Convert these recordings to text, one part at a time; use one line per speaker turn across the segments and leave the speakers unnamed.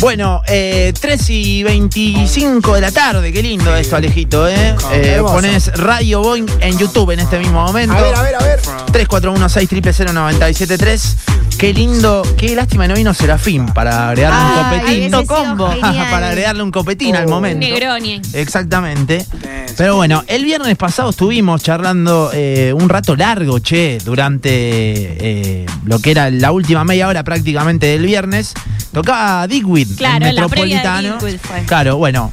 Bueno, eh, 3 y 25 de la tarde, qué lindo esto, Alejito, ¿eh? Eh,
Ah, Hermoso.
pones Radio Boing en YouTube en este mismo momento.
A ver, a ver, a ver.
3416000973. Qué lindo, qué lástima no vino Serafín para agregarle un
Ay,
copetín.
hubiese sido
combo.
genial.
para agregarle un copetín al
Oh.
momento.
Negroni.
Exactamente. Pero bueno, el viernes pasado estuvimos charlando eh, un rato largo, che, durante eh, lo que era la última media hora prácticamente del viernes. Tocaba Digwid,
Claro,
el
la previa de
metropolitano.
Liquid fue.
Claro, bueno.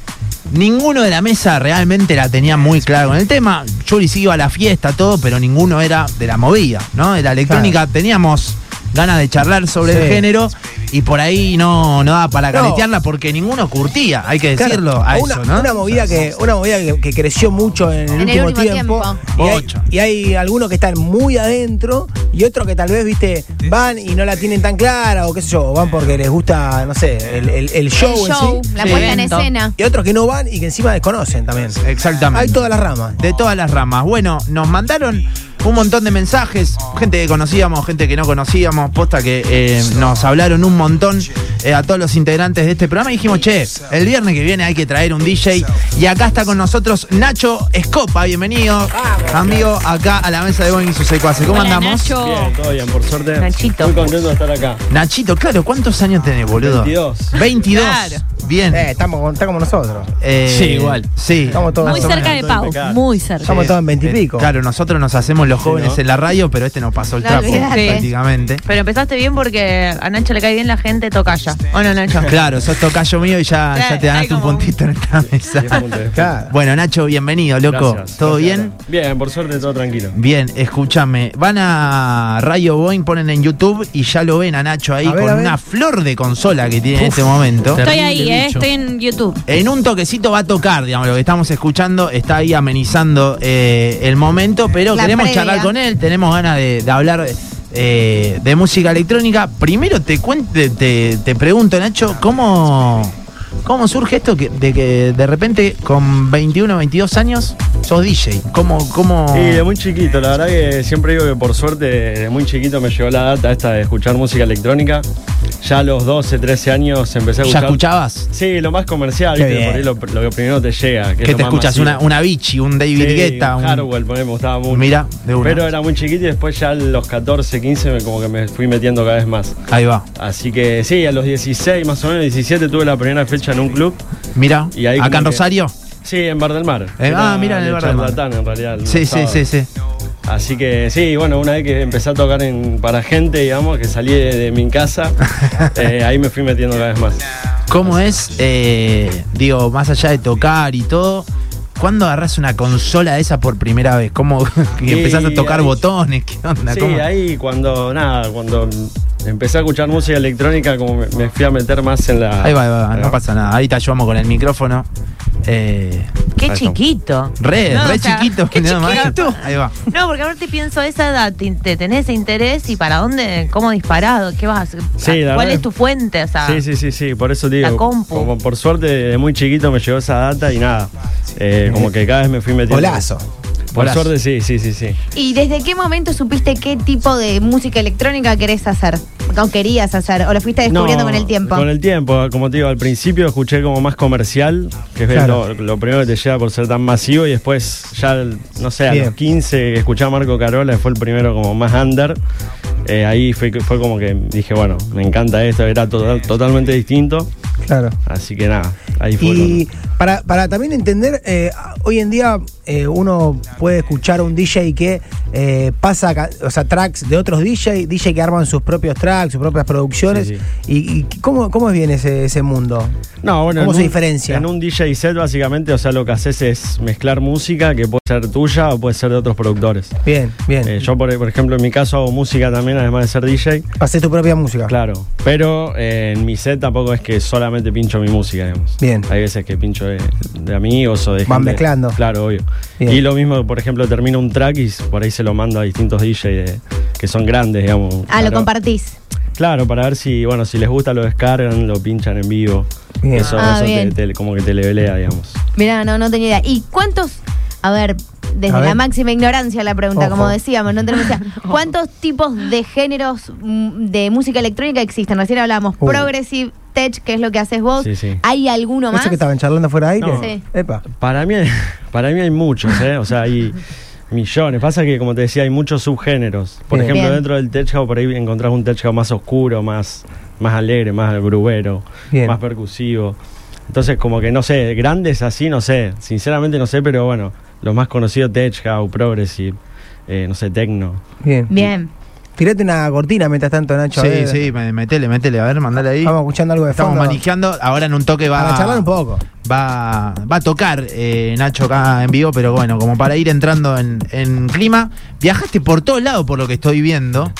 Ninguno de la mesa realmente la tenía muy claro con el tema. Yuri sí iba a la fiesta, todo, pero ninguno era de la movida, ¿no? De la electrónica teníamos ganas de charlar sobre
Sí.
el género y por ahí no, no daba para
No.
caretearla porque ninguno curtía, hay que
Claro,
decirlo a
una,
eso, ¿no?
una movida que una movida que, que creció mucho en el,
En el
último,
último
tiempo,
tiempo.
Y, hay,
Mucho.
y hay algunos que están muy adentro y otros que tal vez viste van y no la tienen tan clara o qué sé yo o van porque les gusta no sé el, el- el show,
el show,
en sí
la
Sí.
puesta en
Evento.
escena.
y otros que no van y que encima desconocen también
Exactamente.
hay todas las ramas
de todas las ramas. Bueno, nos mandaron un montón de mensajes, gente que conocíamos, gente que no conocíamos, posta que eh, nos hablaron un montón eh, a todos los integrantes de este programa y dijimos, che, el viernes que viene hay que traer un DJ y acá está con nosotros Nacho Escopa, bienvenido, amigo, acá a la mesa de Boeing y sus secuaces. ¿Cómo
Hola,
andamos?
Nacho.
Bien, todo bien, por suerte.
Nachito.
Muy contento de estar acá.
Nachito, claro, ¿cuántos años tenés, boludo?
22.
22.
Claro.
Bien.
Eh, estamos con- está como nosotros
Eh,
Sí, igual.
Sí.
Estamos todos-
Muy
Más o
cerca de
menos,
Pau,
impecable.
muy cerca.
Estamos todos en veintipico.
Eh, Claro, nosotros nos hacemos los jóvenes
¿no?
en la radio, pero este nos pasó el
No,
trapo
olvidate.
prácticamente.
Pero empezaste bien porque a Nacho le cae bien la gente tocaya. ¿O no, Nacho?
Claro, sos tocayo mío y ya,
Claro,
ya te
hay
ganaste un
como un-
puntito en esta mesa.
Claro.
Bueno, Nacho, bienvenido, loco.
Gracias.
¿Todo
Gracias,
bien?
gracias. Bien, por suerte todo tranquilo.
Bien, escúchame. Van a Radio Boeing, ponen en YouTube y ya lo ven a Nacho ahí
A ver,
con
a ver.
una flor de consola que tiene en este momento.
Estoy ahí, eh, estoy en YouTube.
En un toquecito va a tocar, digamos, lo que estamos escuchando está ahí amenizando eh, el momento, pero
La
queremos
previa.
charlar con él, tenemos ganas de, de hablar eh, de música electrónica. Primero te, cuen- te, te- te pregunto, Nacho, ¿cómo, cómo surge esto que- de que de repente con 21 22 años sos DJ? ¿Cómo...? cómo...
Y de muy chiquito, la verdad que siempre digo que por suerte de muy chiquito me llegó la data esta de escuchar música electrónica. Ya a los 12, 13 años empecé a
¿Ya
escuchar.
escuchabas?
Sí, lo más comercial,
Qué
viste,
bien.
por ahí lo, lo que primero te llega. Que es
¿Qué
lo
te
más
escuchas?
masivo.
Una, una Vichy, un David
Sí,
Guetta,
un Hardwell, por ahí me gustaba mucho.
Mira, de una.
Pero era muy chiquito y después ya a los 14, 15 me, como que me fui metiendo cada vez más.
Ahí va.
Así que sí, a los 16, más o menos 17, tuve la primera fecha en un club.
Mira,
Y ahí
acá
como
en
que-
Rosario.
Sí, en Bar del Mar.
Eh,
Era
ah, mira, en el Bar del Mar.
charlatán, en realidad. el
Sí, sí,
sábado.
sí, sí.
Así que sí, bueno, una vez que empecé a tocar en, para gente, digamos, que salí de, de mi casa, eh, ahí me fui metiendo cada vez más.
¿Cómo es, eh, digo, más allá de tocar y todo, cuándo agarras una consola de esa por primera vez? ¿Cómo que
Y
empezás a tocar
ahí-
botones? ¿Qué onda?
Sí,
¿Cómo?
ahí cuando, nada, cuando empecé a escuchar música electrónica, como me, me fui a meter más en la...
Ahí va, ahí va, no pasa nada. Ahí te ayudamos con el micrófono. Eh,
Qué
Nacho.
chiquito.
re,
No,
re
o sea,
chiquito.
qué
nada más.
chiquito.
Ahí va.
No, porque ahora te pienso a esa edad, te, te tenés ese interés y para dónde, cómo disparado, qué vas a hacer,
Sí, la
cuál
verdad-
es tu fuente, o sea,
Sí, sí, sí, sí, por eso te digo.
La compu.
Como por suerte, de muy chiquito me llegó esa data y nada. eh, como que cada vez me fui metiendo.
golazo
Por
Golazo.
suerte, sí, sí, sí, sí.
¿Y desde qué momento supiste qué tipo de música electrónica querés hacer? ¿O querías hacer? ¿O lo fuiste descubriendo
No,
con el tiempo?
Con el tiempo, como te digo, al principio escuché como más comercial, que es
Claro.
lo, lo primero que te llega por ser tan masivo, y después ya, no sé, a
Bien.
los 15 escuché a Marco Carola, fue el primero como más under. Eh, ahí fue, fue como que dije, bueno, me encanta esto, era total- totalmente distinto.
claro
Así que nada, ahí fue.
Y
cuando-
para, para también entender, eh, hoy en día eh, uno puede escuchar a un DJ que eh, pasa ca- o sea, tracks de otros DJ, DJ que arman sus propios tracks, sus propias producciones.
Sí, sí.
¿Y, y cómo, cómo es bien ese, ese mundo?
No, bueno,
¿Cómo
en
se
un-
diferencia?
En un DJ set, básicamente, o sea, lo que haces es mezclar música que puede ser tuya o puede ser de otros productores.
Bien, bien.
Eh, yo, por, por ejemplo, en mi caso hago música también, además de ser DJ.
Haces tu propia música.
Claro, pero eh, en mi set tampoco es que solamente pincho mi música, digamos.
Bien.
Hay veces que pincho de, de amigos o de
Van mezclando.
Claro, obvio.
Bien.
Y lo mismo, por ejemplo, termino un track y por ahí se lo mando a distintos DJs de- que son grandes, digamos.
Ah, lo
Claro.
compartís.
Claro, para ver si, bueno, si les gusta lo descargan, lo pinchan en vivo.
Bien.
Eso,
Ah,
eso te-
bien.
te- como que te levelea, digamos.
Mirá, no, no tenía idea. ¿Y cuántos, a ver, Desde
A
la
ver.
máxima ignorancia la pregunta,
Ojo.
como decíamos, no tenemos idea. ¿Cuántos tipos de géneros mm, de música electrónica existen? Recién hablábamos
Uh.
progressive, tech, que es lo que haces vos.
Sí, sí.
¿Hay alguno más?
¿Eso que estaban charlando fuera de aire?
No.
Sí.
Epa.
Para mí, para mí hay muchos, ¿eh? O sea, hay millones. Pasa que, como te decía, hay muchos subgéneros. Por
Bien.
ejemplo,
Bien.
dentro del tech house, por ahí encontrás un tech house más oscuro, más, más alegre, más grubero,
Bien.
más percusivo. Entonces, como que no sé, grandes así, no sé. Sinceramente no sé, pero bueno, los más conocidos tech house, progressive, eh, no sé, techno.
Bien.
Bien.
Tirate una cortina mientras tanto, Nacho. a
Sí,
ver.
sí, me- metele, metele, a ver, mandale ahí.
Vamos escuchando algo de
Estamos
fondo.
manejando, ahora en un toque va,
Para charlar un poco.
va, va a tocar eh, Nacho acá en vivo, pero bueno, como para ir entrando en, en clima, viajaste por todos lados por lo que estoy viendo.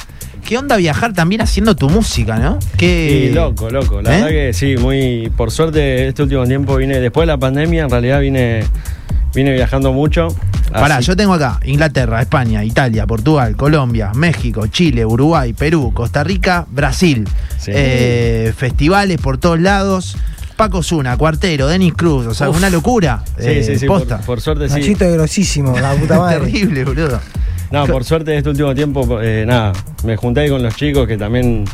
¿Qué onda viajar también haciendo tu música, no? Qué
Y loco, loco. La
¿Eh?
verdad que sí, muy. Por suerte, este último tiempo vine, después de la pandemia, en realidad vine, vine viajando mucho.
Pará,
Así
yo tengo acá Inglaterra, España, Italia, Portugal, Colombia, México, Chile, Uruguay, Perú, Costa Rica, Brasil.
Sí.
Eh, festivales por todos lados. Paco Zuna, Cuartero, Denis Cruz, o sea, una locura.
Sí,
Eh,
sí, sí.
Posta.
Por, por suerte sí.
Nachito es grosísimo, la puta madre.
Terrible, boludo.
No, por suerte este último tiempo, eh, nada, me junté ahí con los chicos que también,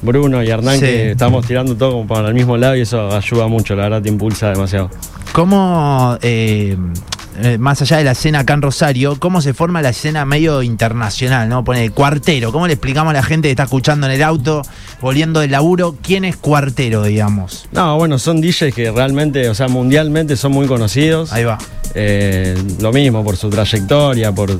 Bruno y Hernán,
Sí.
que estamos tirando todo como para el mismo lado y eso ayuda mucho, la verdad te impulsa demasiado.
¿Cómo, eh, eh, más allá de la escena acá en Rosario, cómo se forma la escena medio internacional, ¿no? Pone cuartero. ¿Cómo le explicamos a la gente que está escuchando en el auto, volviendo del laburo, quién es cuartero, digamos?
No, bueno, son DJs que realmente, o sea, mundialmente son muy conocidos.
Ahí va.
Eh, lo mismo por su trayectoria, por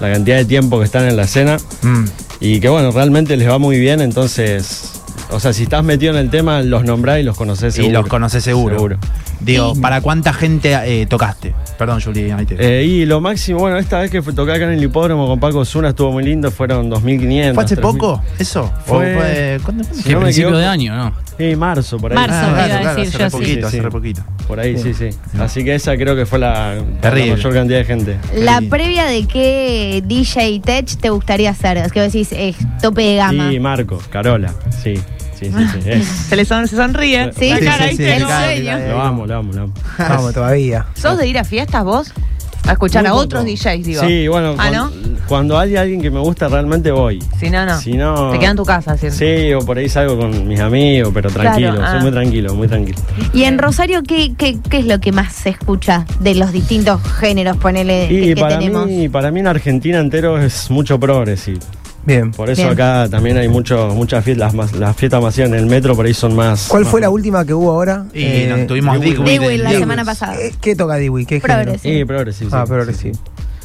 la cantidad de tiempo que están en la escena
Mm.
y que bueno, realmente les va muy bien, entonces, o sea, si estás metido en el tema, los nombrás y los conocés seguro.
Y los conoces seguro.
Seguro.
Digo, ¿para cuánta gente eh, tocaste? Perdón, Juli, ahí te-
Eh, y lo máximo, bueno, esta vez que fue tocar acá en el hipódromo con Paco Zuna estuvo muy lindo, fueron 2.500.
¿Fue hace
3.000.
poco eso?
Fue-
¿O fue- ¿Cuándo fue?
Sí,
Sí,
no me
principio
equivoco.
de año, ¿no?
Sí, marzo, por ahí.
Marzo.
Ah,
iba a
claro, claro,
decir
hace
yo,
re
sí.
poquito,
Sí,
hace
sí.
re poquito.
Por ahí, sí, sí.
Sí.
Así que esa creo que fue la,
Terrible.
la mayor cantidad de gente.
La
Sí.
previa de qué DJ Tech te gustaría hacer. Es que vos decís, eh, tope de gama.
Y Marco, Carola, sí, sí, sí, sí. es.
Se le son- se sonríe.
Sí,
La
sí,
cara,
sí,
¿viste?
sí,
Como-
claro.
Lo amo, lo amo, lo amo.
Vamos todavía.
¿Sos de ir a fiestas vos? A escuchar
Muy
a
poco.
otros DJs, digo.
Sí, bueno,
Ah,
cuando, cuando hay alguien que me gusta, realmente voy.
Si no, no.
Si no-
Te queda en tu casa, ¿sí?
Sí, o por ahí salgo con mis amigos, pero tranquilo,
Claro, ah.
soy muy tranquilo, muy tranquilo.
Y en Rosario, ¿qué, qué, qué es lo que más se escucha de los distintos géneros, ponele, que-
Y
que,
para
tenemos?
mí, para mí en Argentina entero es mucho progressive.
Bien.
Por eso
Bien.
acá también hay mucho, muchas fiestas, las, mas- las fiestas masivas en el metro por ahí son más.
¿Cuál fue la última que hubo ahora?
Y
Eh,
nos tuvimos
Dewey.
Dewey
Dewey
del
la
Diablo.
semana pasada.
eh, ¿Qué toca Dewey? ¿Qué género?
Progressive.
Sí, progressive. sí.
Ah, progressive.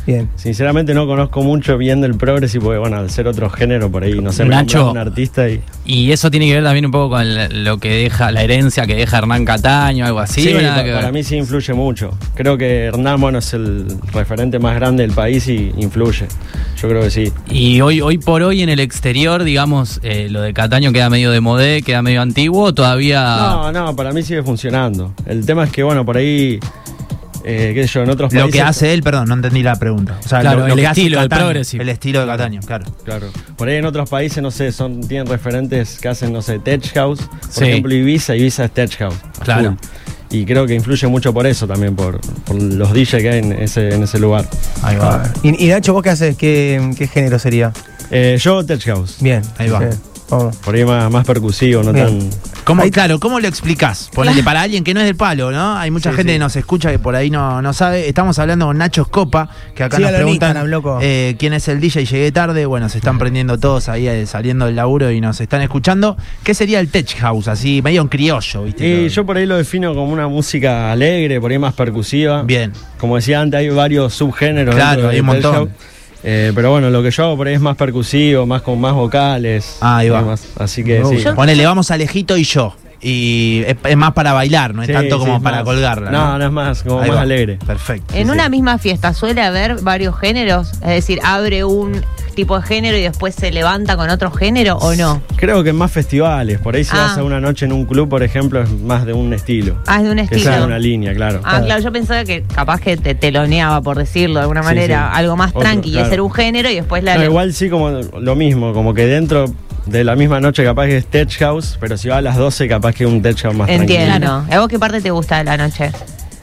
Bien.
Sinceramente no conozco mucho bien del progressive porque bueno, al ser otro género por ahí, no sé, me
Nacho.
nombra un artista y
Y eso tiene que ver también un poco con la- lo que deja, la herencia que deja Hernán Cataño, algo así.
Sí,
¿o nada
pa-
que
para,
ver?
mí sí influye mucho. Creo que Hernán bueno es el referente más grande del país y influye. Yo creo que sí.
Y hoy, hoy por hoy en el exterior, digamos, eh, lo de Cataño queda medio de modé, queda medio antiguo, ¿o todavía...
No, no, para mí sigue funcionando. El tema es que bueno, por ahí eh, qué sé yo, en otros
Lo
países
que hace él, perdón, no entendí la pregunta. O sea,
Claro,
lo, lo
el
que hace
estilo de
Cataño,
Progressive.
El estilo de Cataño, claro.
Claro. Por ahí en otros países, no sé, son, tienen referentes que hacen, no sé, Tech House. Por
Sí.
ejemplo, Ibiza, Ibiza es Tech House. a
Claro.
full. Y creo que influye mucho por eso también, por, por los DJs que hay en ese, en ese lugar.
Ahí va.
Ah, Y, y Nacho, ¿vos qué haces? ¿Qué, qué género sería?
Eh, yo, Tech House.
Bien.
Ahí va.
Bien. Vamos.
Por ahí más, más percusivo, no
Bien.
tan.
¿Cómo,
Ahí-
claro, ¿cómo lo explicás? Ponele, para alguien que no es del palo, ¿no? Hay mucha
Ah. Sí,
gente
sí.
que nos escucha que por ahí no, no sabe. Estamos hablando con Nacho Escopa, que acá
Sí,
nos
a lo
preguntan
Instagram, loco.
eh, quién es el DJ. Llegué tarde, bueno, se están prendiendo todos ahí eh, saliendo del laburo y nos están escuchando. ¿Qué sería el tech house? Así, medio un criollo, ¿viste?
Y
Lo-
yo por ahí lo defino como una música alegre, por ahí más percusiva.
Bien.
Como decía antes, hay varios subgéneros.
Claro,
dentro
hay
del
un montón.
Tech House. Eh, pero bueno, lo que yo hago por ahí es más percusivo, más con más vocales.
Ahí va.
y demás. Así que
Me
sí.
gusta. Ponele, vamos Alejito y yo. Y es, es más para bailar, no es
Sí,
tanto
sí,
como
es
para
más.
colgarla.
No, no es más, como
Ahí
más
va.
alegre.
Perfecto.
En
Sí,
una
sí.
misma fiesta suele haber varios géneros, es decir, abre un tipo de género y después se levanta con otro género o no.
Creo que en más festivales. Por ahí si
Ah.
vas a una noche en un club, por ejemplo, es más de un estilo.
Ah, es de un
Que sea
estilo.
una línea, claro.
Ah, claro, yo pensaba que capaz que te teloneaba, por decirlo de alguna
Sí,
manera,
sí.
algo más
Otro,
tranqui, y
claro.
hacer un género y después la...
No, igual sí, como lo mismo, como que dentro de la misma noche capaz que es Tech House, pero si va a las 12 capaz que es un Tech House más
Entiendo.
tranquilo.
¿A vos qué parte te gusta de la noche?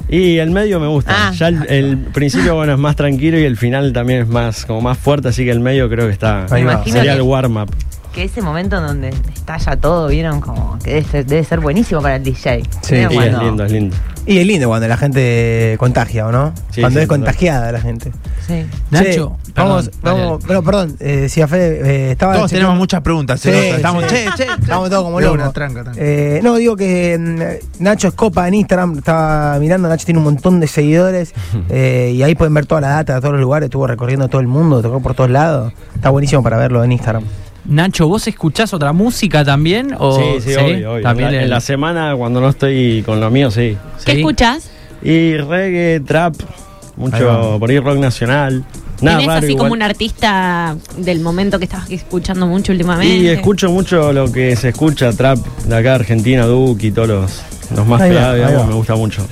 Y el medio me gusta.
Ah.
Ya el, el principio, bueno, es más tranquilo y el final también es más, como más fuerte, así que el medio creo que está.
Ahí va.
Sería
Imagino
el
que-
warm-up.
Que ese momento en donde estalla todo, ¿vieron? Como que debe ser, debe ser buenísimo para el DJ.
Sí,
¿Vieron
Sí,
cuando-
es lindo, es lindo.
Y es lindo cuando la gente contagia, ¿o no?
Sí,
cuando
sí,
es
total.
contagiada la gente.
Sí.
Nacho,
Che,
perdón,
vamos,
dale,
vamos,
dale.
pero perdón, eh, decía Fede, eh, estaba
Todos
chequeando-
tenemos muchas preguntas.
Sí,
se nota. estamos,
sí.
che, che, che.
Estamos todos como
De
locos.
una, tranca, tranca.
Eh, no, digo que mm, Nacho Escopa en Instagram estaba mirando, Nacho tiene un montón de seguidores eh, y ahí pueden ver toda la data de todos los lugares, estuvo recorriendo todo el mundo, tocó por todos lados. Está buenísimo para verlo en Instagram.
Nacho, ¿vos escuchás otra música también? O,
sí, sí, obvio, obvio.
También
En la-
el-
en la semana, cuando no estoy con lo mío, sí.
¿Qué
sí.
escuchás?
Y reggae, trap,
Ahí va.
mucho por ahí rock nacional. Nada
¿Tenés
raro
así
igual.
como un artista del momento que estabas escuchando mucho últimamente?
Y escucho mucho lo que se escucha trap de acá, Argentina, Duki, todos los, los más
Ahí va,
pegados,
ahí
digamos,
va.
me gusta mucho.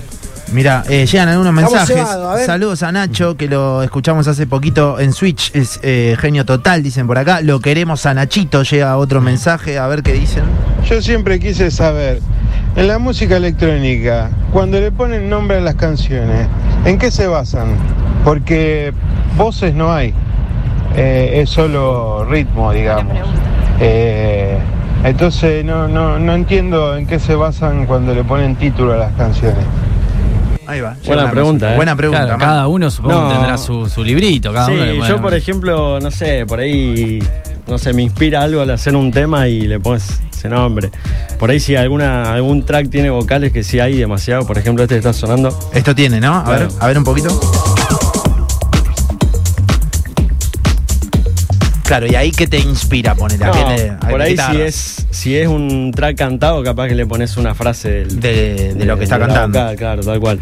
Mira, eh, llegan algunos
Estamos
mensajes.
cebados, a ver.
Saludos a Nacho, que lo escuchamos hace poquito en Switch. Es eh, genio total, dicen por acá. Lo queremos a Nachito. Llega otro mensaje, a ver qué dicen.
Yo siempre quise saber, en la música electrónica, cuando le ponen nombre a las canciones, ¿en qué se basan? Porque voces no hay, eh, es solo ritmo, digamos. Eh, entonces no, no, no entiendo en qué se basan cuando le ponen título a las canciones.
Ahí va. llega
Buena
una
pregunta,
música.
eh.
Buena pregunta.
Claro,
man.
cada uno supongo
No.
tendrá su, su librito. Cada
sí,
uno le
yo
pone-
por ejemplo, no sé, por ahí, no sé, me inspira algo al hacer un tema y le pones ese nombre. Por ahí si alguna algún track tiene vocales que sí hay demasiado, por ejemplo, este que está sonando.
Esto tiene, ¿no? A
Claro.
ver, a ver un poquito. Claro, y ahí que te inspira poner
No, por ahí si es, si es un track cantado, capaz que le pones una frase del-
De, de lo que está
de la
cantando.
vocal, claro, tal cual.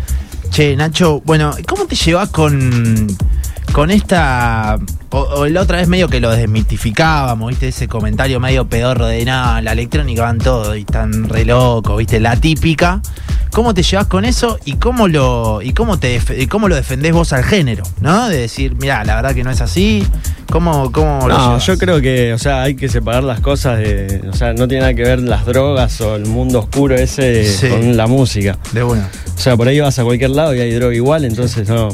Che, Nacho, bueno, ¿cómo te llevas con, con esta... O, o la otra vez medio que lo desmitificábamos, viste, ese comentario medio pedorro de nada, la electrónica van todo y tan re loco, viste, la típica. ¿Cómo te llevas con eso y cómo lo y cómo te def- y cómo lo defendés vos al género, ¿no? De decir, mira, la verdad que no es así. ¿Cómo, cómo lo
No,
llevas?
yo creo que, o sea, hay que separar las cosas de, o sea, no tiene nada que ver las drogas o el mundo oscuro ese
Sí.
con la música.
de una.
O sea, por ahí vas a cualquier lado y hay droga igual, entonces no.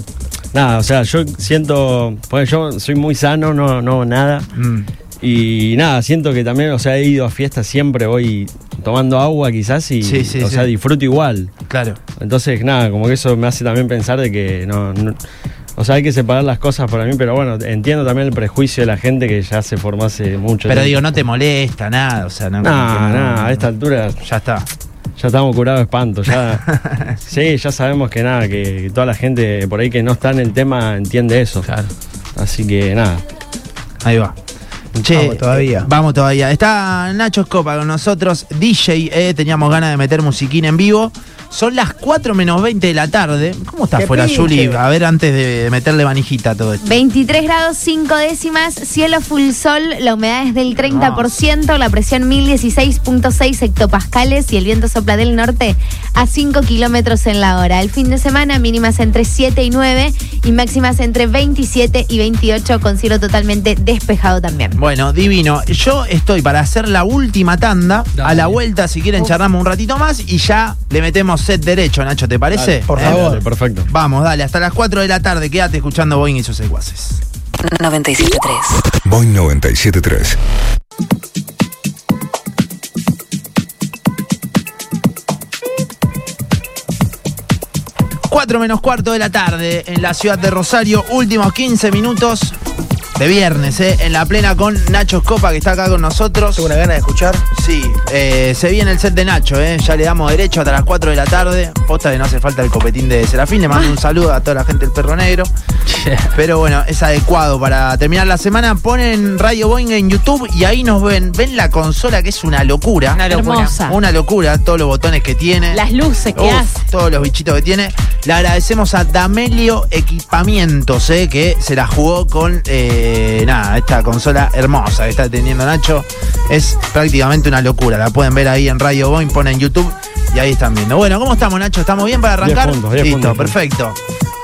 Nada, o sea, yo siento. Pues yo soy muy sano, no, no, nada.
Mm.
Y nada, siento que también, o sea, he ido a fiestas siempre, voy tomando agua quizás y,
Sí, sí,
o
sí.
sea, disfruto igual.
Claro.
Entonces, nada, como que eso me hace también pensar de que no, no- O sea, hay que separar las cosas para mí, pero bueno, entiendo también el prejuicio de la gente que ya se formó hace mucho
Pero digo,
tiempo.
no te molesta nada, o sea, no.
Nada,
como que no-
nada, a esta altura
Ya está.
ya estamos curados de espanto, ya. sí, ya sabemos que nada, que, que toda la gente por ahí que no está en el tema entiende eso.
Claro.
Así que nada.
Ahí va. eh,
Vamos todavía.
Vamos todavía. Está Nacho Escopa con nosotros, DJ. eh, teníamos ganas de meter musiquín en vivo. Son las 4 menos 20 de la tarde. ¿Cómo está
Que
fuera,
pinche.
Juli? A ver, antes de meterle manijita a todo esto.
23 grados 5 décimas, cielo full sol, la humedad es del 30%, la presión 1016.6 hectopascales y el viento sopla del norte a 5 kilómetros en la hora. El fin de semana mínimas entre 7 y 9 y máximas entre 27 y 28 con cielo totalmente despejado también.
Bueno, divino. Yo estoy para hacer la última tanda.
Dale.
A la vuelta, si quieren, charlamos un ratito más y ya le metemos set derecho, Nacho. ¿Te parece?
Dale, por
Eh,
favor. Dale, perfecto.
Vamos, dale. Hasta las 4 de la tarde. Quédate escuchando Boeing y sus secuaces.
97.3.
Boing 973.
Cuatro menos cuarto de la tarde en la ciudad de Rosario, últimos 15 minutos de viernes, ¿eh? en la plena con Nacho Escopa que está acá con nosotros.
Tengo una gana de escuchar.
Sí, eh, se viene el set de Nacho, ¿eh? ya le damos derecho hasta las 4 de la tarde. Posta que no hace falta el copetín de Serafín, le mando un saludo a toda la gente del Perro Negro. Pero bueno, es adecuado para terminar la semana. Ponen Radio Boeing en YouTube y ahí nos ven. Ven la consola que es una locura.
Una locura.
Hermosa.
Una locura, todos los botones que tiene.
Las luces que
Uf,
hace.
todos los bichitos que tiene. Le agradecemos a Damelio Equipamientos, eh, que se la jugó con eh, nada, esta consola hermosa que está teniendo Nacho. Es prácticamente una locura. La pueden ver ahí en Radio Boeing, ponen en YouTube y ahí están viendo. Bueno, ¿cómo estamos, Nacho? ¿Estamos bien para arrancar?
Diez puntos, diez
Listo,
puntos.
perfecto.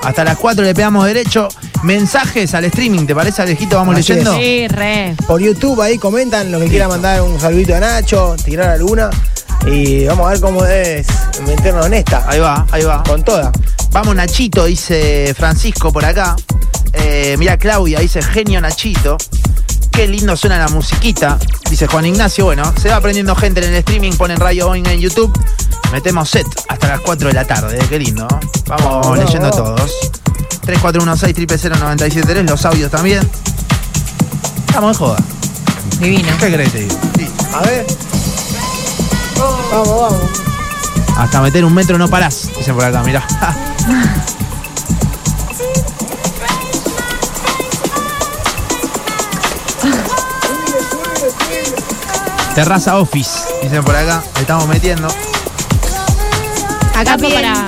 Hasta las 4 le pegamos derecho. Mensajes al streaming, ¿te parece, Alejito? Vamos
Así es.
leyendo.
Sí, re.
Por YouTube ahí comentan lo que quieran mandar un saludito a Nacho, tirar alguna y vamos a ver cómo es meternos en esta,
Ahí va, ahí va.
con toda.
Vamos Nachito, dice Francisco por acá. Eh, mira Claudia, dice genio Nachito. Qué lindo suena la musiquita, dice Juan Ignacio. Bueno, se va aprendiendo gente en el streaming, ponen Radio Boing en YouTube. Metemos set hasta las 4 de la tarde, qué lindo. Vamos
Vamos,
leyendo
vamos.
todos. 3416 00973 los audios también. Estamos de joda.
Divino.
¿Qué crees que te diga?
A ver. Vamos, vamos.
Hasta meter un metro no parás, dicen por acá, mirá. Terraza Office, dicen por acá, le estamos metiendo.
Acá
También.
para.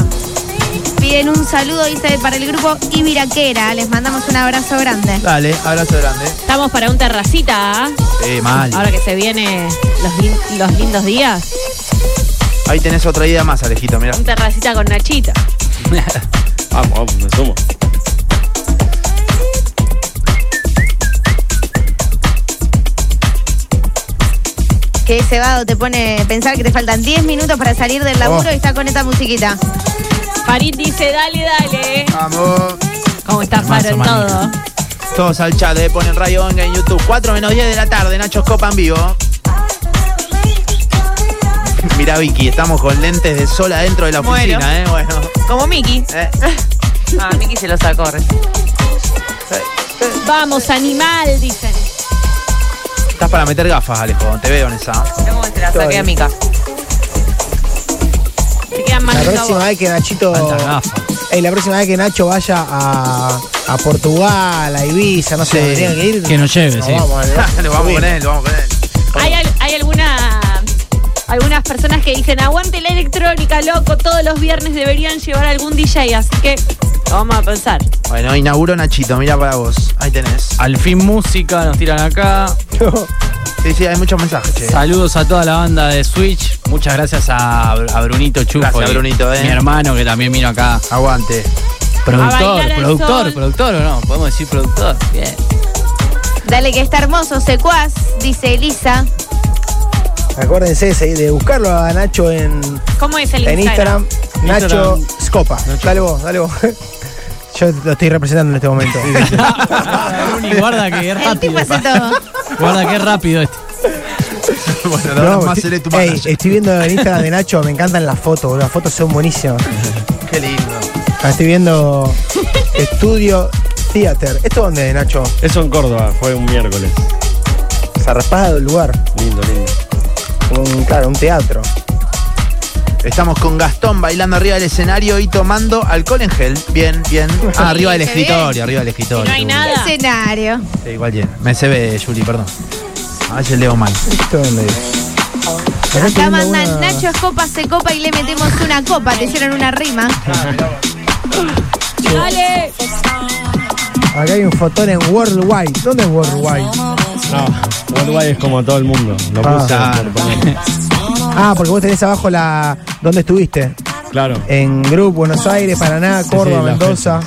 Piden un saludo, dice, para el grupo Ibiraquera. Les mandamos un abrazo grande.
Dale, abrazo grande.
Estamos para un terracita. ¿ah?
Eh, mal.
Ahora que se vienen los, lin- los lindos días.
Ahí tenés otra idea más, Alejito, mirá.
Un terracita con Nachita.
Vamos, vamos, me sumo.
Que cebado te pone a pensar que te faltan 10 minutos para salir del laburo y está con esta musiquita.
Farid dice, dale, dale.
Vamos.
Como está
Hermoso,
Faro en
manito.
todo.
Todos al chat, eh, ponen Radio Onga en YouTube. 4 menos 10 de la tarde, Nacho Copa en vivo. Mira Vicky, estamos con lentes de sol adentro de la oficina,
Bueno.
eh. Bueno.
Como Miki.
eh.
Ah, Miki se lo sacó. recién.
Vamos, animal, dicen.
Estás para meter gafas, Alejo, te veo en esa.
Mirá cómo se la saqué a Mika.
Se quedan más
La
que
próxima
vos.
vez que Nachito.
Tantas gafas.
Ey, la próxima vez que Nacho vaya a, a Portugal, a Ibiza, no sé,
Sí,
dónde tenga que ir.
que nos lleve, sí.
vamos, al-
lo vamos con él, lo vamos con él.
Hay, al- hay alguna, algunas personas que dicen, aguante la electrónica, loco, todos los viernes deberían llevar algún DJ, así que lo vamos a pensar.
Bueno, inauguró Nachito, mira para vos. Ahí tenés.
Al fin música, nos tiran acá.
Ah, Sí, sí, hay muchos mensajes, che.
Saludos a toda la banda de Switch. Muchas gracias a, a Brunito Chufo.
Gracias,
y
Brunito, eh.
Mi hermano que también vino acá.
Aguante.
A bailar
Productor,
al sol.
productor, productor o no. Podemos decir productor. Bien.
Dale que está hermoso, secuaz, dice Elisa.
Acuérdense de, de buscarlo a Nacho en,
¿Cómo es el
en
Instagram?
Instagram. Nacho Scopa. Dale vos, dale vos. Yo lo estoy representando en este momento.
Bruni, guarda que es
El tipo
rápido.
hace todo.
Guarda que es rápido este.
bueno, no,
No,
más
estoy-
seré tu
ey,
manager.
estoy viendo en Instagram de Nacho, me encantan las fotos, bro, las fotos son buenísimas.
Qué lindo.
Ah, Estoy viendo Estudio Theater. ¿Esto dónde, Nacho?
Eso en Córdoba, fue un miércoles.
Zarpado el lugar.
Lindo, lindo.
Un, claro, un teatro.
Estamos con Gastón bailando arriba del escenario y tomando alcohol en gel. Bien, bien. Ah, arriba del
qué bien.
escritorio, arriba del escritorio.
Si no hay nada.
Escenario.
Sí, igual bien. Me se ve, Juli, perdón. A ver si leo mal.
¿Esto dónde es? Acá estoy
Acá
viendo
mandan
una-
Nacho es copa, se copa y le metemos una copa. Te hicieron una rima.
Dale.
Acá hay un fotón en Worldwide. ¿Dónde es Worldwide?
No, Worldwide es como todo el mundo. Lo
Ah.
puse
Claro.
por poner.
Ah, porque vos tenés abajo la. ¿Dónde estuviste?
Claro.
En Group, Buenos Aires, Paraná, Córdoba,
sí, la
Mendoza.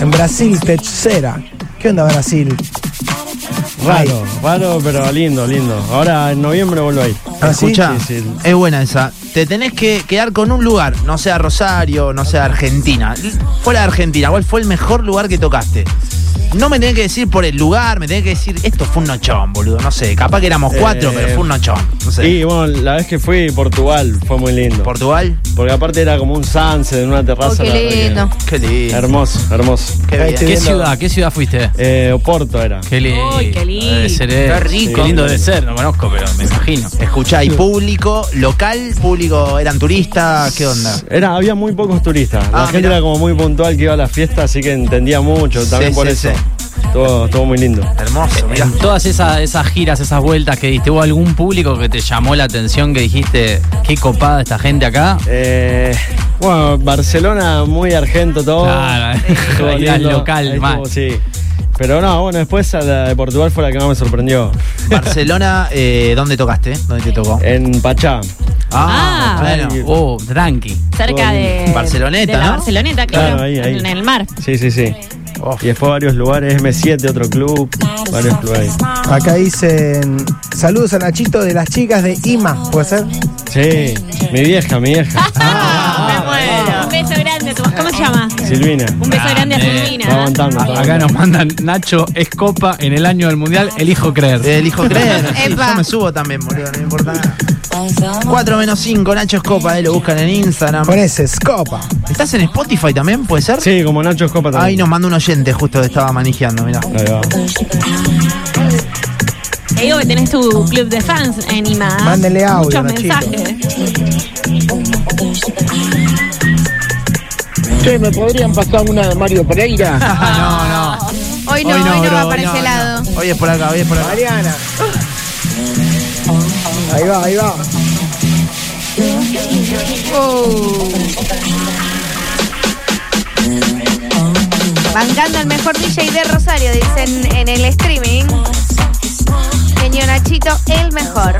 En Brasil, Techcera. ¿Qué onda Brasil?
Raro, raro, pero lindo, lindo. Ahora en noviembre vuelvo ahí.
¿Ah, sí?
Escucha,
Sí, sí.
es buena esa. Te tenés que quedar con un lugar, no sea Rosario, no sea Argentina. L- Fuera de Argentina, ¿cuál fue el mejor lugar que tocaste? No me tenés que decir por el lugar, me tenés que decir, esto fue un nochón, boludo. No sé, capaz que éramos cuatro,
Eh,
pero fue un nochón. No sé.
Y bueno, la vez que fui Portugal fue muy lindo.
¿Portugal?
Porque aparte era como un sunset en una terraza.
Oh, qué
la verdad que-
lindo.
Qué lindo.
Hermoso, hermoso.
Qué
Ahí
bien.
te-
¿Qué ciudad? ¿Qué ciudad fuiste?
Eh, Oporto era.
Qué lindo.
Ay, qué lindo.
Debe ser, eh.
Qué rico.
Qué lindo debe ser, no conozco, pero me imagino.
Escuchá, ¿y público local? ¿Público eran turistas? ¿Qué onda?
Era, había muy pocos turistas.
Ah,
la gente
mirá.
era como muy puntual que iba a la fiesta, así que entendía mucho. También
Sí,
por
sí,
eso.
sí.
Estuvo, estuvo muy lindo.
Hermoso, mirá.
En todas esas, esas giras, esas vueltas que diste, ¿hubo algún público que te llamó la atención que dijiste, qué copada esta gente acá?
Eh, bueno, Barcelona muy argento todo.
Claro,
Estuvo
ahí
lindo.
al local,
Ahí
mal.
estuvo, sí. Pero no, bueno, después a la de Portugal fue la que más me sorprendió.
Barcelona, eh, ¿dónde tocaste? ¿Dónde te tocó?
En Pachá.
Ah,
Ah.
bueno.
Oh, tranqui.
Cerca de.
Barceloneta,
de la
¿no?
Barceloneta, claro.
Claro, ahí, ahí.
En el mar.
Sí, sí, sí.
Oh.
Y después varios lugares, M7, otro club, varios clubes.
Acá dicen. Saludos a Nachito de las chicas de IMA, ¿puede ser?
Ah,
Sí, mi vieja, mi vieja.
me muero.
beso grande a tu ¿Cómo se llama?
Silvina.
Un beso grande a
eh.
Grande.
Va
Silvina.
aguantando. va
Ah, Acá
aguantando.
nos mandan Nacho es copa en el año del mundial, elijo creer.
Elijo creer. Sí,
Epa.
yo me subo también, boludo, no me importa nada. 4 menos 5, Nacho Escopa, ahí lo buscan en Instagram.
Con ese, Scopa.
¿Estás en Spotify también? ¿Puede ser?
Sí, como Nacho Escopa
Ahí
también.
nos manda un oyente, justo estaba manejando, mirá.
Ahí va.
Te
Eh,
digo que tenés tu club de fans, Anima.
Mándenle audio,
Ah, Muchos
Nachito.
mensajes.
Che, ¿me podrían pasar una de Mario Pereira?
Ah, no, no.
Hoy no, hoy no, va
bro,
para
hoy no,
ese
hoy
lado.
no. Hoy es por acá, hoy es por acá.
Mariana. Ahí va, ahí va.
Bancando el mejor DJ de Rosario, dicen en el streaming. Genio Nachito, el mejor.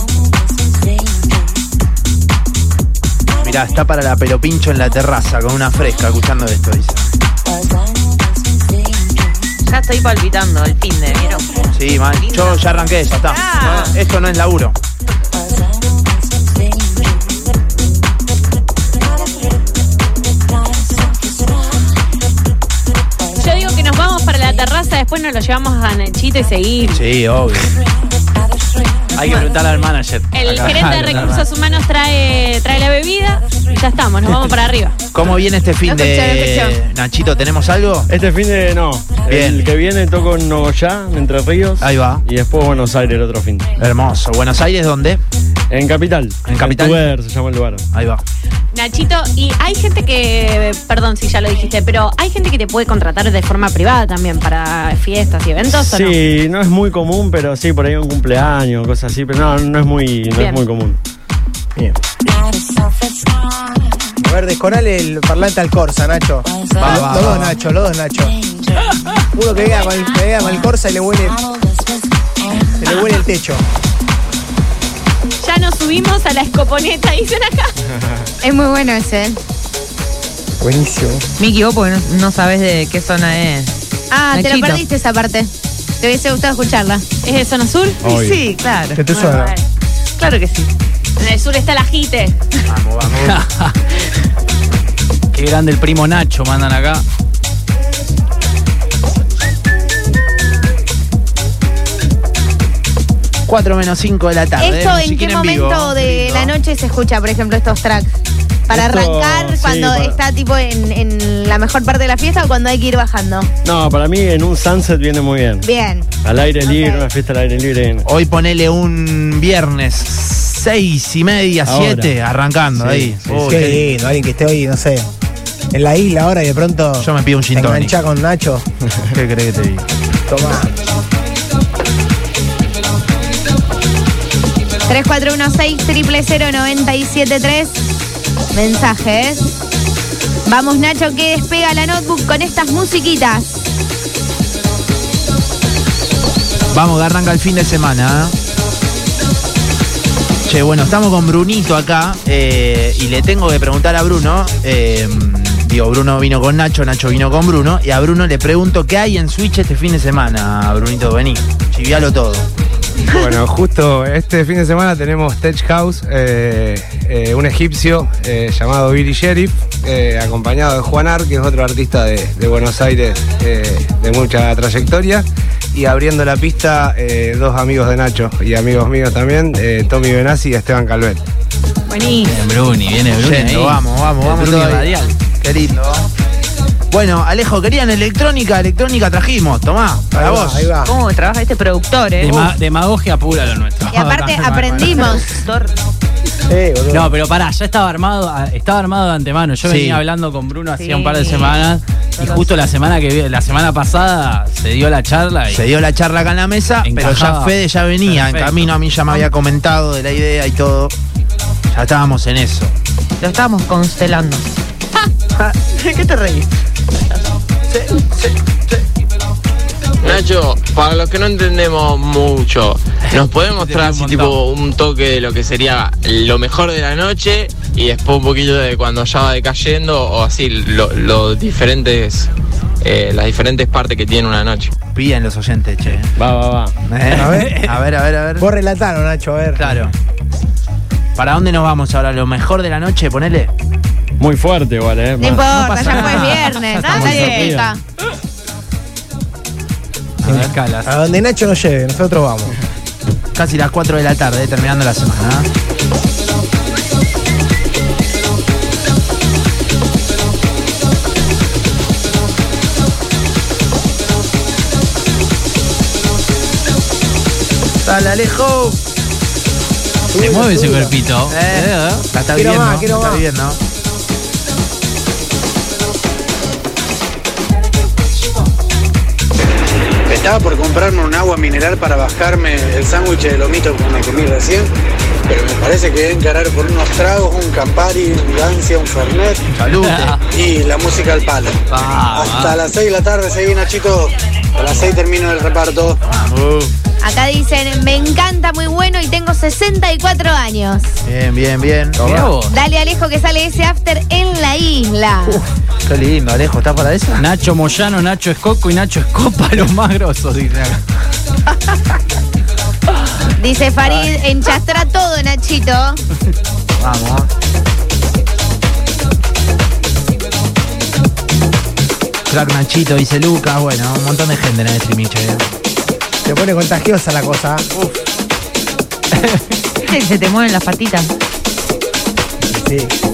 Mirá, está para la pelopincho en la terraza con una fresca escuchando esto, dice.
Ya estoy palpitando el fin de, ¿vieron?
Sí, mal. Yo ya arranqué, ya está.
Ah.
No, Esto no es laburo.
Yo digo que nos vamos para la terraza, después nos lo llevamos a Nachito y seguimos.
Sí, obvio.
Hay que preguntarle al manager.
El
Acá.
gerente de recursos humanos trae, trae la bebida y ya estamos, nos vamos para arriba.
¿Cómo viene este fin
No escuché, no
de
escuché.
Nachito? ¿Tenemos algo?
Este fin de no.
Bien.
El que viene toco en Nogoyá, en Entre Ríos.
Ahí va.
Y después Buenos Aires el otro fin.
Hermoso. ¿Buenos Aires dónde?
En Capital.
En Capital.
Tuer se llama el lugar.
Ahí va.
Nachito, y hay gente que, perdón si ya lo dijiste, pero hay gente que te puede contratar de forma privada también para fiestas y eventos, ¿o no?
Sí, no? es muy común, pero sí, por ahí un cumpleaños, cosas así, pero no, no es muy, no
Bien.
es muy común.
A ver, desconale el parlante al Corsa, Nacho.
Va,
Los-
va,
los
va,
dos,
va.
Nacho, los dos, Nacho. Uno que vea con el, que venga con el Corsa y le huele, se le huele el techo.
Ya nos subimos a la escoponeta, dicen acá.
Es muy bueno ese. ¿eh?
Buenísimo.
Me equivoco porque no, no sabes de qué zona es.
Ah, te
Nachito.
lo perdiste esa parte. Te hubiese gustado escucharla.
¿Es de zona sur?
Y sí, claro.
¿Qué te suena?
Claro que sí.
En el sur está la jite.
Vamos, vamos.
Qué grande el primo Nacho, mandan acá.
Cuatro menos 5 de la tarde.
¿Esto en
musiquita
qué
vivo.
momento de
Lindo.
la noche se escucha, por ejemplo, estos tracks? ¿Para
Esto,
arrancar
sí,
cuando
para-
está tipo en, en la mejor parte de la fiesta o cuando hay que ir bajando?
No, para mí en un sunset viene muy bien.
Bien.
Al aire libre,
Ok.
una fiesta al aire libre. bien.
Hoy ponele un viernes, seis y media,
Ahora.
siete, arrancando
Sí,
ahí.
sí,
Uy,
Qué
qué lindo.
lindo, alguien que esté hoy, no sé, en la isla ahora y de pronto
Yo me pido un
te
gin tonic.
enganchá con Nacho.
¿Qué crees que te diga?
Tomá.
3416-000973. Mensajes. Vamos, Nacho, que despega la notebook con estas musiquitas.
Vamos, que arranca el fin de semana. ¿eh? Che, bueno, estamos con Brunito acá eh, y le tengo que preguntar a Bruno. eh, digo, Bruno vino con Nacho, Nacho vino con Bruno. Y a Bruno le pregunto qué hay en Switch este fin de semana, Brunito. Vení, chivialo todo.
Bueno, justo este fin de semana tenemos Tech House, eh, eh, un egipcio eh, llamado Billy Sheriff, eh, acompañado de Juan Ar, que es otro artista de, de Buenos Aires eh, de mucha trayectoria. Y abriendo la pista, eh, dos amigos de Nacho y amigos míos también, eh, Tommy Benassi y Esteban Calvet.
Buenísimo.
Viene Bruni, viene Bruni.
Yendo,
ahí.
vamos, vamos,
El
vamos.
Bruni
todavía.
radial.
Qué lindo. Bueno, Alejo, querían electrónica, electrónica trajimos. Tomá, para
Ahí va,
vos.
ahí va.
¿Cómo trabaja este productor, eh?
Dema- demagogia pura lo nuestro.
Ah,
Y aparte aprendimos.
Productor.
Eh, boludo.
No, pero pará, ya estaba armado, a- estaba armado de antemano. Yo
Sí.
venía hablando con Bruno hacía
Sí.
un par de semanas y justo la semana que vi- la semana pasada se dio la charla y
Se dio la charla acá en la mesa, pero ya
Encajaba.
Fede ya venía en
Perfecto.
camino, a mí ya me había comentado de la idea y todo. Ya estábamos en eso.
Lo estábamos constelando. Ah, ¿Qué te reís?
Nacho, para los que no entendemos mucho, ¿nos podés mostrar
Entendí un
así
montón.
tipo un toque de lo que sería lo mejor de la noche y después un poquito de cuando ya va decayendo o así lo, lo diferentes, eh, las diferentes partes que tiene una noche?
Piden los oyentes, che. ¿eh?
Va, va, va.
A ver,
ver.
a ver, a ver. a ver.
Vos relataron, Nacho, a ver.
Claro. ¿Para dónde nos vamos ahora? ¿Lo mejor de la noche? Ponele.
Muy fuerte igual, ¿eh?
No
Más-
importa,
pasa
ya
nada.
fue viernes.
Está muy
nadie
sufrida.
pica.
A donde Nacho nos lleve, nosotros vamos.
Casi las 4 de la tarde, eh, terminando la semana. ¿eh?
¡Sal, Alejo!
Se mueve ese cuerpito.
Eh, la está
Quiero
bien,
más,
¿no?
quiero
La está
más.
bien, ¿no?
Estaba por comprarme un agua mineral para bajarme el sándwich de lomito que me comí recién, pero me parece que voy a encarar por unos tragos, un Campari, un Lancia, un Fernet
Salud.
y la música al palo.
Ah,
Hasta las 6 de la tarde se viene, chicos. A las 6 termino el reparto.
Acá dicen, me encanta, muy bueno y tengo 64 años.
Bien, bien, bien.
Mirá vos.
Dale Alejo que sale ese after en la isla.
Qué lindo, Alejo, ¿estás para eso?
Nacho Moyano, Nacho Escoco y Nacho Escopa, los más grosos, dicen acá.
Dice Farid, enchastra todo, Nachito.
Vamos. Crack Nachito, dice Lucas, bueno, un montón de gente en el streaming, che.
eh.
Se pone contagiosa la cosa.
Se te mueven las patitas.
¿eh? Sí.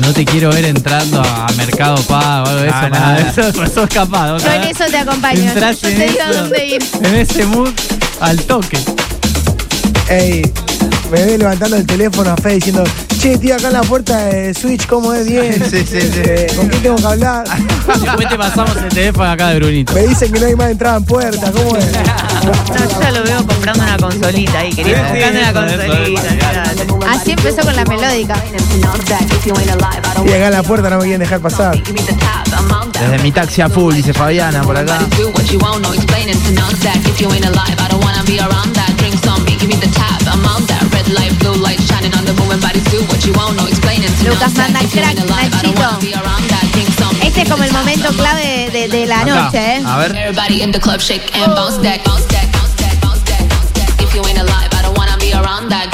No te quiero ver entrando a Mercado Pago o algo de
Ah, No,
eso.
no,
nada.
no.
Eso- sos capaz.
Yo en eso te acompaño. Yo
Entrás
te
en
digo
eso.
dónde ir.
En ese mood, al toque.
Ey, me ve levantando el teléfono a Fe diciendo, che, tío, acá en la puerta de Switch, ¿cómo es? Bien.
Sí, sí, sí.
Eh, ¿Con quién tengo que hablar?
Después te pasamos el teléfono acá de Brunito.
Me dicen que no hay más entrada en puerta, ¿cómo es?
No, yo ya lo veo comprando una consolita ahí, querido. Buscando una consolita. claro.
Así empezó con la melódica.
Y acá en la puerta no me quieren dejar pasar.
Desde mi taxi a full, dice Fabiana, por acá.
Lucas manda crack, Nachito. Este es como el momento clave de, de la
Acá. Ah.
noche, ¿eh?
A ver.
Everybody in the club shake and
Oh.
bounce that, bounce that, bounce that, bounce that, bounce that. If you ain't alive, I don't wanna be around that.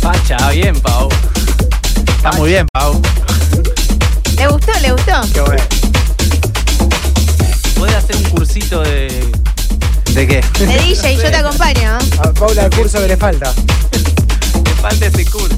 Pacha, bien, Pau.
Está muy bien, Pau.
¿Le gustó? ¿Le gustó?
Podés hacer un cursito de.
¿De qué?
De DJ, yo te acompaño.
A Paula, el curso que le falta.
Te falta ese curso.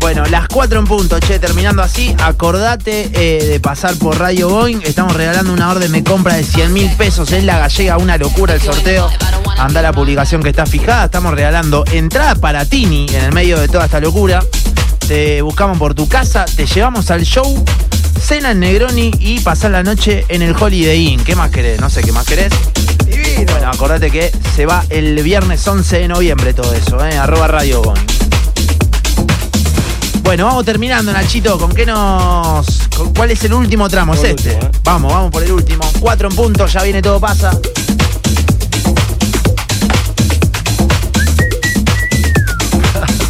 Bueno, las 4 en punto, che, terminando así, acordate eh, de pasar por Radio Boeing. Estamos regalando una orden de compra de 100 mil pesos en la gallega, una locura el sorteo. Anda la publicación que está fijada, estamos regalando entrada para Tini en el medio de toda esta locura. Te buscamos por tu casa, te llevamos al show, cena en Negroni y pasar la noche en el Holiday Inn. ¿Qué más querés? No sé qué más querés. Bueno, acordate que se va el viernes 11 de noviembre todo eso, ¿eh? Arroba Radio Boeing. Bueno, vamos terminando, Nachito. ¿Con qué nos.? con- ¿Cuál es el último tramo? Es
Por
este.
último, ¿eh?
Vamos, vamos por el último. Cuatro en punto, ya viene todo pasa.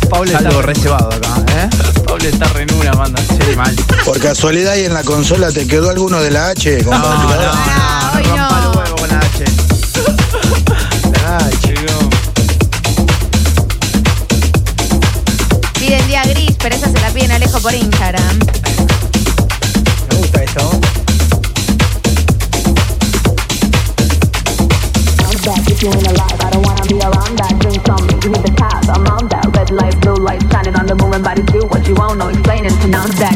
Pablo
Algo
está,
reservado acá, ¿eh?
Pablo está re en una, manda.
Sí, mal.
Por casualidad y en la consola te quedó alguno de la H, compadre.
Ah, hoy
Rompa el
no.
huevo con la H.
Ay,
Piden día gris, pero esa se la piden Alejo por Instagram.
me gusta esto.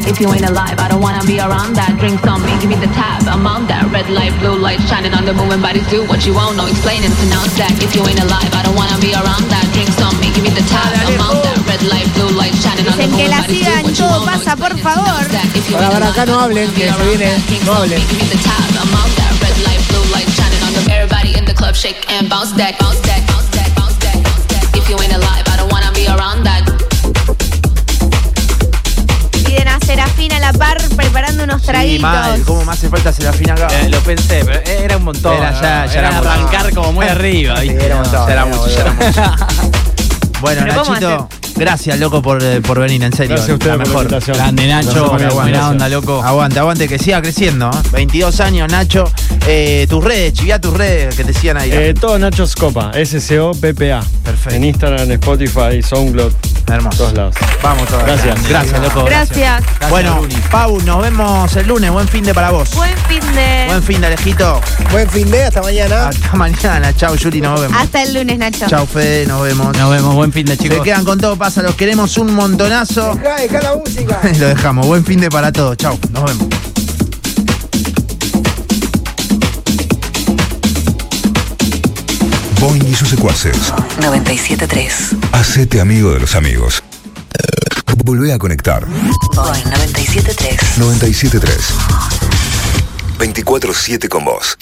If you ain't alive, I don't wanna be around that. Drink some, give me the tab. I'm on that red light, blue light, shining on the moving bodies. Do what you want, no explaining. Pronounce that. If you ain't alive, I don't wanna be around that. Drink some, give me the tab. I'm on that red light, blue light, shining on the
Dicen que
moving
la
bodies. Do
sigan,
what you
todo
want, no
pasa, por favor.
Para, para acá no hablen, que se viene. No hablen.
Give me the top, I'm out that red light, blue light shining on them. Everybody in the club shake and bounce that, bounce that, bounce that, bounce that, bounce that. If you ain't alive, I don't wanna be around that.
Piden a Serafina a la par preparando unos
Sí,
traguitos.
mal. ¿Cómo más hace falta Serafina acá?
Eh, lo pensé, pero era un montón.
Era ya- ya era un montón.
arrancar como muy arriba. ¿viste?
era un montón,
Ya era
era
mucho, ya era mucho.
Bueno,
Pero ¿cómo
Nachito, Gracias, loco, por, eh, por venir, en serio.
Gracias a ustedes
La
por la
mejor.
invitación.
Grande
Gracias
Nacho,
por la
buena
invitación.
onda, loco. Aguante, aguante, que siga creciendo. ¿eh? 22 años, Nacho. Eh, tus redes, chivía tus redes que te sigan ahí.
Eh, todo Nacho Scopa, S-C-O-P-P-A. Perfecto. En Instagram, Spotify, SoundCloud.
Hermoso.
Todos lados.
Vamos todos.
Gracias.
Gracias, loco.
Gracias.
Bueno, Pau, nos vemos el lunes. Buen fin de para vos.
Buen fin de.
Buen fin de, Alejito.
Buen fin de, hasta mañana.
Hasta mañana. Chau, Yuri, nos vemos.
Hasta el lunes, Nacho.
Chau, Fede, nos vemos.
Nos vemos, buen fin de chicos.
Se quedan con todo, pasa, los queremos un montonazo.
Dejá, dejá la música.
Lo dejamos. Buen fin de para todos. Chau, nos vemos.
Boing y sus secuaces.
973.
Hacete amigo de los amigos. Volvé a conectar.
Boeing 973.
973. 24-7 con vos.